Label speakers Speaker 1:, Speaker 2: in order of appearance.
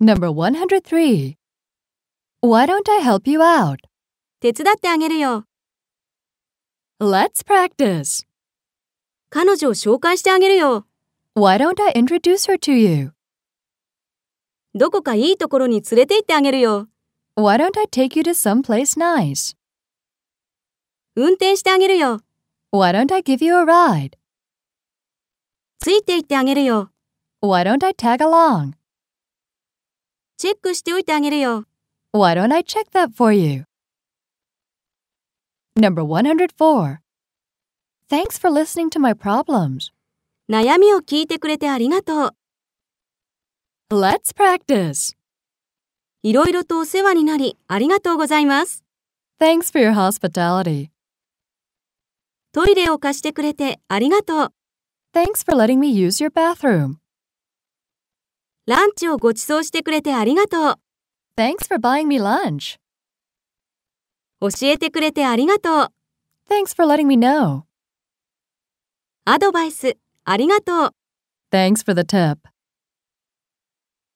Speaker 1: Number 103. Why don't I help you out?
Speaker 2: 手伝ってあげるよ。
Speaker 1: Let's practice.
Speaker 2: 彼女を紹介してあげるよ。
Speaker 1: Why don't I introduce her to you?
Speaker 2: どこかいいところに連れて行ってあげるよ。
Speaker 1: Why don't I take you to someplace nice?
Speaker 2: 運転してあげるよ。
Speaker 1: Why don't I give you a ride?
Speaker 2: ついて行ってあげるよ。
Speaker 1: Why don't I tag along?
Speaker 2: チェックしておいてあげるよ。
Speaker 1: Why don't I check that for you? Number 104. Thanks for listening to my problems.
Speaker 2: 悩みを聞いてくれてありがとう。
Speaker 1: Let's practice.
Speaker 2: いろいろとお世話になり、ありがとうございます。
Speaker 1: Thanks for your hospitality.
Speaker 2: トイレを貸してくれてありがとう。
Speaker 1: Thanks for letting me use your bathroom.
Speaker 2: ランチをご馳走してくれてありがとう。
Speaker 1: Thanks for buying me lunch.
Speaker 2: 教えてくれてありがとう。
Speaker 1: Thanks for letting me know.
Speaker 2: アドバイス、ありがとう。
Speaker 1: Thanks for the tip.